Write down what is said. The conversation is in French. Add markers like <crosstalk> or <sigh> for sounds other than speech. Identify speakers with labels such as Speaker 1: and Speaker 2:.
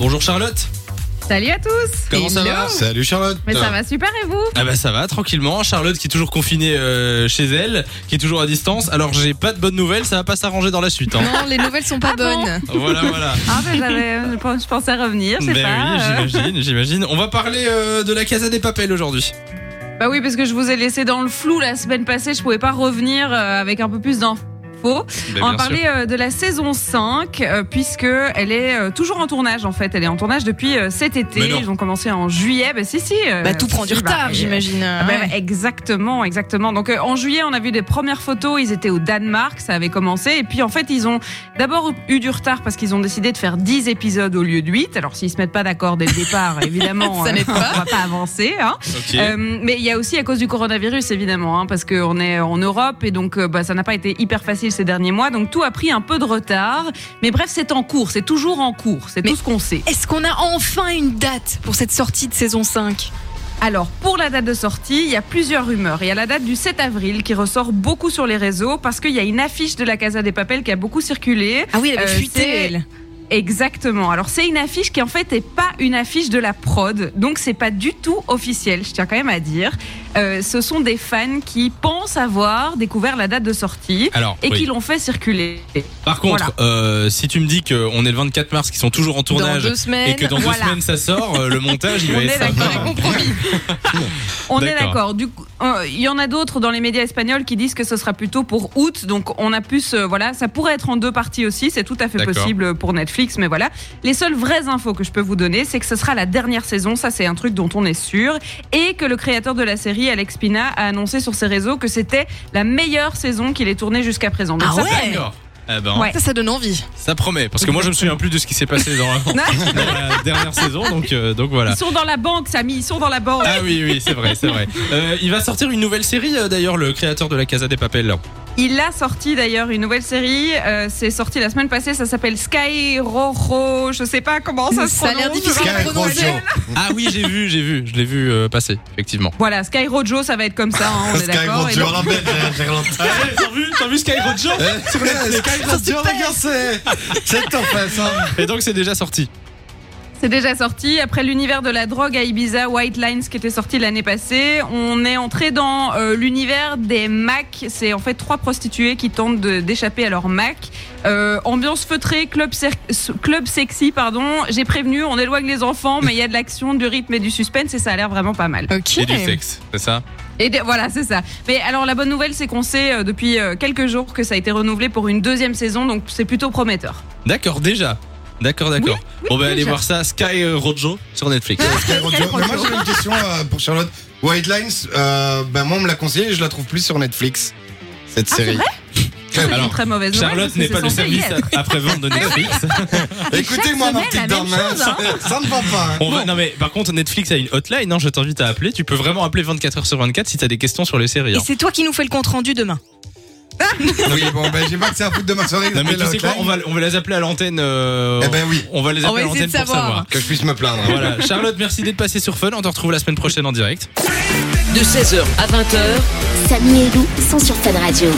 Speaker 1: Bonjour Charlotte,
Speaker 2: Salut à tous
Speaker 1: comment ça va
Speaker 3: Salut Charlotte.
Speaker 2: Mais ça va super et vous
Speaker 1: Ah bah ça va tranquillement, Charlotte qui est toujours confinée euh, chez elle, qui est toujours à distance. Alors j'ai pas de bonnes nouvelles, ça va pas s'arranger dans la suite. Hein.
Speaker 4: Non, les nouvelles sont pas
Speaker 2: Ah bon
Speaker 4: bonnes.
Speaker 1: <laughs> voilà voilà.
Speaker 2: Ah ben
Speaker 4: <laughs>
Speaker 2: j'avais, je pense- je pensais revenir, <laughs> je sais
Speaker 1: Ben
Speaker 2: pas.
Speaker 1: oui,
Speaker 2: euh.
Speaker 1: j'imagine, j'imagine. On va parler euh, de la Casa des Papels aujourd'hui.
Speaker 2: Bah oui, parce que je vous ai laissé dans le flou la semaine passée, je pouvais pas revenir euh, avec un peu plus d'infos.
Speaker 1: Ben,
Speaker 2: On va
Speaker 1: bien sûr.
Speaker 2: parler euh, de la saison 5, euh, puisque elle est euh, toujours en tournage en fait. Elle est en tournage depuis euh, cet
Speaker 1: Mais
Speaker 2: été.
Speaker 1: non.
Speaker 2: Ils ont commencé en juillet. Bah si, si. euh,
Speaker 4: Bah, tout prend du
Speaker 2: si, bah,
Speaker 4: retard,
Speaker 2: euh,
Speaker 4: j'imagine.
Speaker 2: Ah bah,
Speaker 4: Ouais.
Speaker 2: bah, exactement, exactement. Donc euh, en juillet, on a vu des premières photos. Ils étaient au Danemark, ça avait commencé. Et puis en fait, ils ont d'abord eu du retard parce qu'ils ont décidé de faire 10 épisodes au lieu de 8. Alors s'ils se mettent pas d'accord dès le
Speaker 4: <laughs>
Speaker 2: départ, évidemment,
Speaker 4: Ça
Speaker 2: euh,
Speaker 4: n'aide pas.
Speaker 2: on va pas avancer. Hein.
Speaker 1: Ok.
Speaker 2: Euh, mais il y a aussi à cause du coronavirus, évidemment, hein, parce qu'on est en Europe et donc euh, bah, ça n'a pas été hyper facile ces derniers mois. Donc tout a pris un peu de retard. Mais bref, c'est en cours, c'est toujours en cours, c'est
Speaker 4: Mais-
Speaker 2: tout ce qu'on sait.
Speaker 4: bah, Est-ce qu'on a enfin une date pour cette sortie de saison 5
Speaker 2: Alors, pour la date de sortie, il y a plusieurs rumeurs. Il y a la date du 7 avril qui ressort beaucoup sur les réseaux parce qu'il y a une affiche de la Casa des Papels qui a beaucoup circulé.
Speaker 4: Ah oui, elle avait
Speaker 2: Euh,
Speaker 4: fuité,
Speaker 2: c'est-
Speaker 4: elle.
Speaker 2: Exactement. Alors, c'est une affiche qui en fait n'est pas une affiche de la prod, donc c'est pas du tout officiel, je tiens quand même à dire. Euh, ce sont des fans qui pensent avoir découvert la date de sortie
Speaker 1: Alors,
Speaker 2: et
Speaker 1: oui.
Speaker 2: qui l'ont fait circuler.
Speaker 1: par contre, euh, si tu me dis qu'on est le 24 mars, qu'ils sont toujours en tournage
Speaker 4: dans deux semaines.
Speaker 1: et que dans deux
Speaker 2: voilà.
Speaker 1: semaines ça sort, euh, le montage il
Speaker 2: On
Speaker 1: va
Speaker 2: est
Speaker 1: être sympa.
Speaker 2: d'accord. On est
Speaker 1: D'accord.
Speaker 2: d'accord. Du coup, euh, il y en a d'autres dans les médias espagnols qui disent que ce sera plutôt pour août. Donc, on a plus, euh, voilà, ça pourrait être en deux parties aussi. C'est tout à fait
Speaker 1: D'accord.
Speaker 2: possible pour Netflix, mais voilà. Les seules vraies infos que je peux vous donner, c'est que ce sera la dernière saison. Ça, c'est un truc dont on est sûr, et que le créateur de la série, Alex Pina, a annoncé sur ses réseaux que c'était la meilleure saison qu'il ait tournée jusqu'à présent. Donc,
Speaker 4: Ah
Speaker 2: ça-
Speaker 4: ouais
Speaker 1: D'accord. Eh ben,
Speaker 2: Ouais.
Speaker 4: Ça, ça donne envie.
Speaker 1: ça promet. Parce que moi je me souviens plus de ce qui s'est passé dans la, dans
Speaker 2: <laughs>
Speaker 1: la dernière saison, donc euh, donc voilà.
Speaker 2: Ils sont dans la banque, Samy. Ils sont dans la banque.
Speaker 1: Ah oui, oui, c'est vrai, c'est vrai. Euh, il va sortir une nouvelle série, euh, d'ailleurs, le créateur de la Casa des Papels.
Speaker 2: Il a sorti d'ailleurs une nouvelle série. euh, c'est sorti la semaine passée. Ça s'appelle Sky Rojo. Je sais pas comment ça se
Speaker 4: Ça a
Speaker 2: prononce.
Speaker 4: l'air difficile à
Speaker 3: Sky
Speaker 4: prononcer.
Speaker 3: Rojo.
Speaker 1: Ah oui, j'ai vu, j'ai vu, je l'ai vu euh, passer, effectivement.
Speaker 2: Voilà, Sky Rojo, ça va être comme ça.
Speaker 3: <laughs>
Speaker 2: hein, on est
Speaker 3: Sky
Speaker 2: d'accord. Et
Speaker 3: Rojo,
Speaker 2: donc- Ah,
Speaker 3: on l'appelle, euh,
Speaker 2: <laughs>
Speaker 3: Gerland.
Speaker 1: t'as vu, Sky Rojo
Speaker 3: Eh, sur les- Sky Rojo, regarde, c'est- c'est en face. hein.
Speaker 1: Et donc c'est déjà sorti.
Speaker 2: C'est déjà sorti. Après l'univers de la drogue à Ibiza, White Lines qui était sorti l'année passée, on est entré dans euh, l'univers des Mac. C'est en fait trois prostituées qui tentent de- d'échapper à leur Mac. Euh, ambiance feutrée, club, cer- s- club sexy, pardon. J'ai prévenu, on éloigne les enfants, mais il y a de l'action, du rythme et du suspense et ça a l'air vraiment pas mal.
Speaker 4: Ok.
Speaker 1: Et du sexe, c'est ça
Speaker 2: Et de- voilà, c'est ça. Mais alors la bonne nouvelle, c'est qu'on sait euh, depuis euh, quelques jours que ça a été renouvelé pour une deuxième saison, donc c'est plutôt prometteur.
Speaker 1: D'accord, déjà. D'accord, d'accord. bon, ben, allez
Speaker 2: déjà. Ah,
Speaker 1: voir ça, Sky euh, Rojo sur Netflix.
Speaker 3: Sky Rojo.
Speaker 2: Rojo.
Speaker 3: Mais Moi j'avais une question euh, pour Charlotte. White Lines, euh, ben moi on me l'a conseillé et je la trouve plus sur Netflix. Cette
Speaker 2: Ah, c'est
Speaker 3: série.
Speaker 2: Ça, c'est
Speaker 1: Alors,
Speaker 2: une très mauvaise nouvelle, parce
Speaker 1: Charlotte
Speaker 2: que
Speaker 1: n'est
Speaker 2: c'est
Speaker 1: pas du
Speaker 2: censé y
Speaker 1: service
Speaker 2: être. Eh
Speaker 1: après-vente
Speaker 2: <laughs>
Speaker 1: de Netflix.
Speaker 3: Écoutez-moi,
Speaker 2: Chaque
Speaker 3: ma
Speaker 2: semaine,
Speaker 3: petite
Speaker 2: la même
Speaker 3: dame, hein,
Speaker 2: chose,
Speaker 3: ça, ça ne va pas. hein.
Speaker 1: On va, non mais par contre Netflix a une hotline, hein, je t'invite à appeler, tu peux vraiment appeler 24h sur 24 si t'as des questions sur les séries.
Speaker 4: Et
Speaker 1: hein.
Speaker 4: c'est toi qui nous fais le compte rendu demain.
Speaker 3: Oui, bon, ben j'ai pas que c'est un foot de ma soirée.
Speaker 1: Non mais
Speaker 3: appelez
Speaker 1: tu sais
Speaker 3: la
Speaker 1: quoi, on
Speaker 3: hotline.
Speaker 1: va, on va les appeler à l'antenne. euh,
Speaker 3: Eh ben oui,
Speaker 1: On va les
Speaker 4: On va
Speaker 1: appeler à l'antenne
Speaker 4: essayer de
Speaker 1: pour
Speaker 4: savoir.
Speaker 1: savoir.
Speaker 3: que je puisse me plaindre. hein.
Speaker 1: Voilà, Charlotte, merci d'être passée sur Fun. On te retrouve la semaine prochaine en direct.
Speaker 5: de 16h à 20h.
Speaker 6: Samy et Lou sont sur Fan Radio.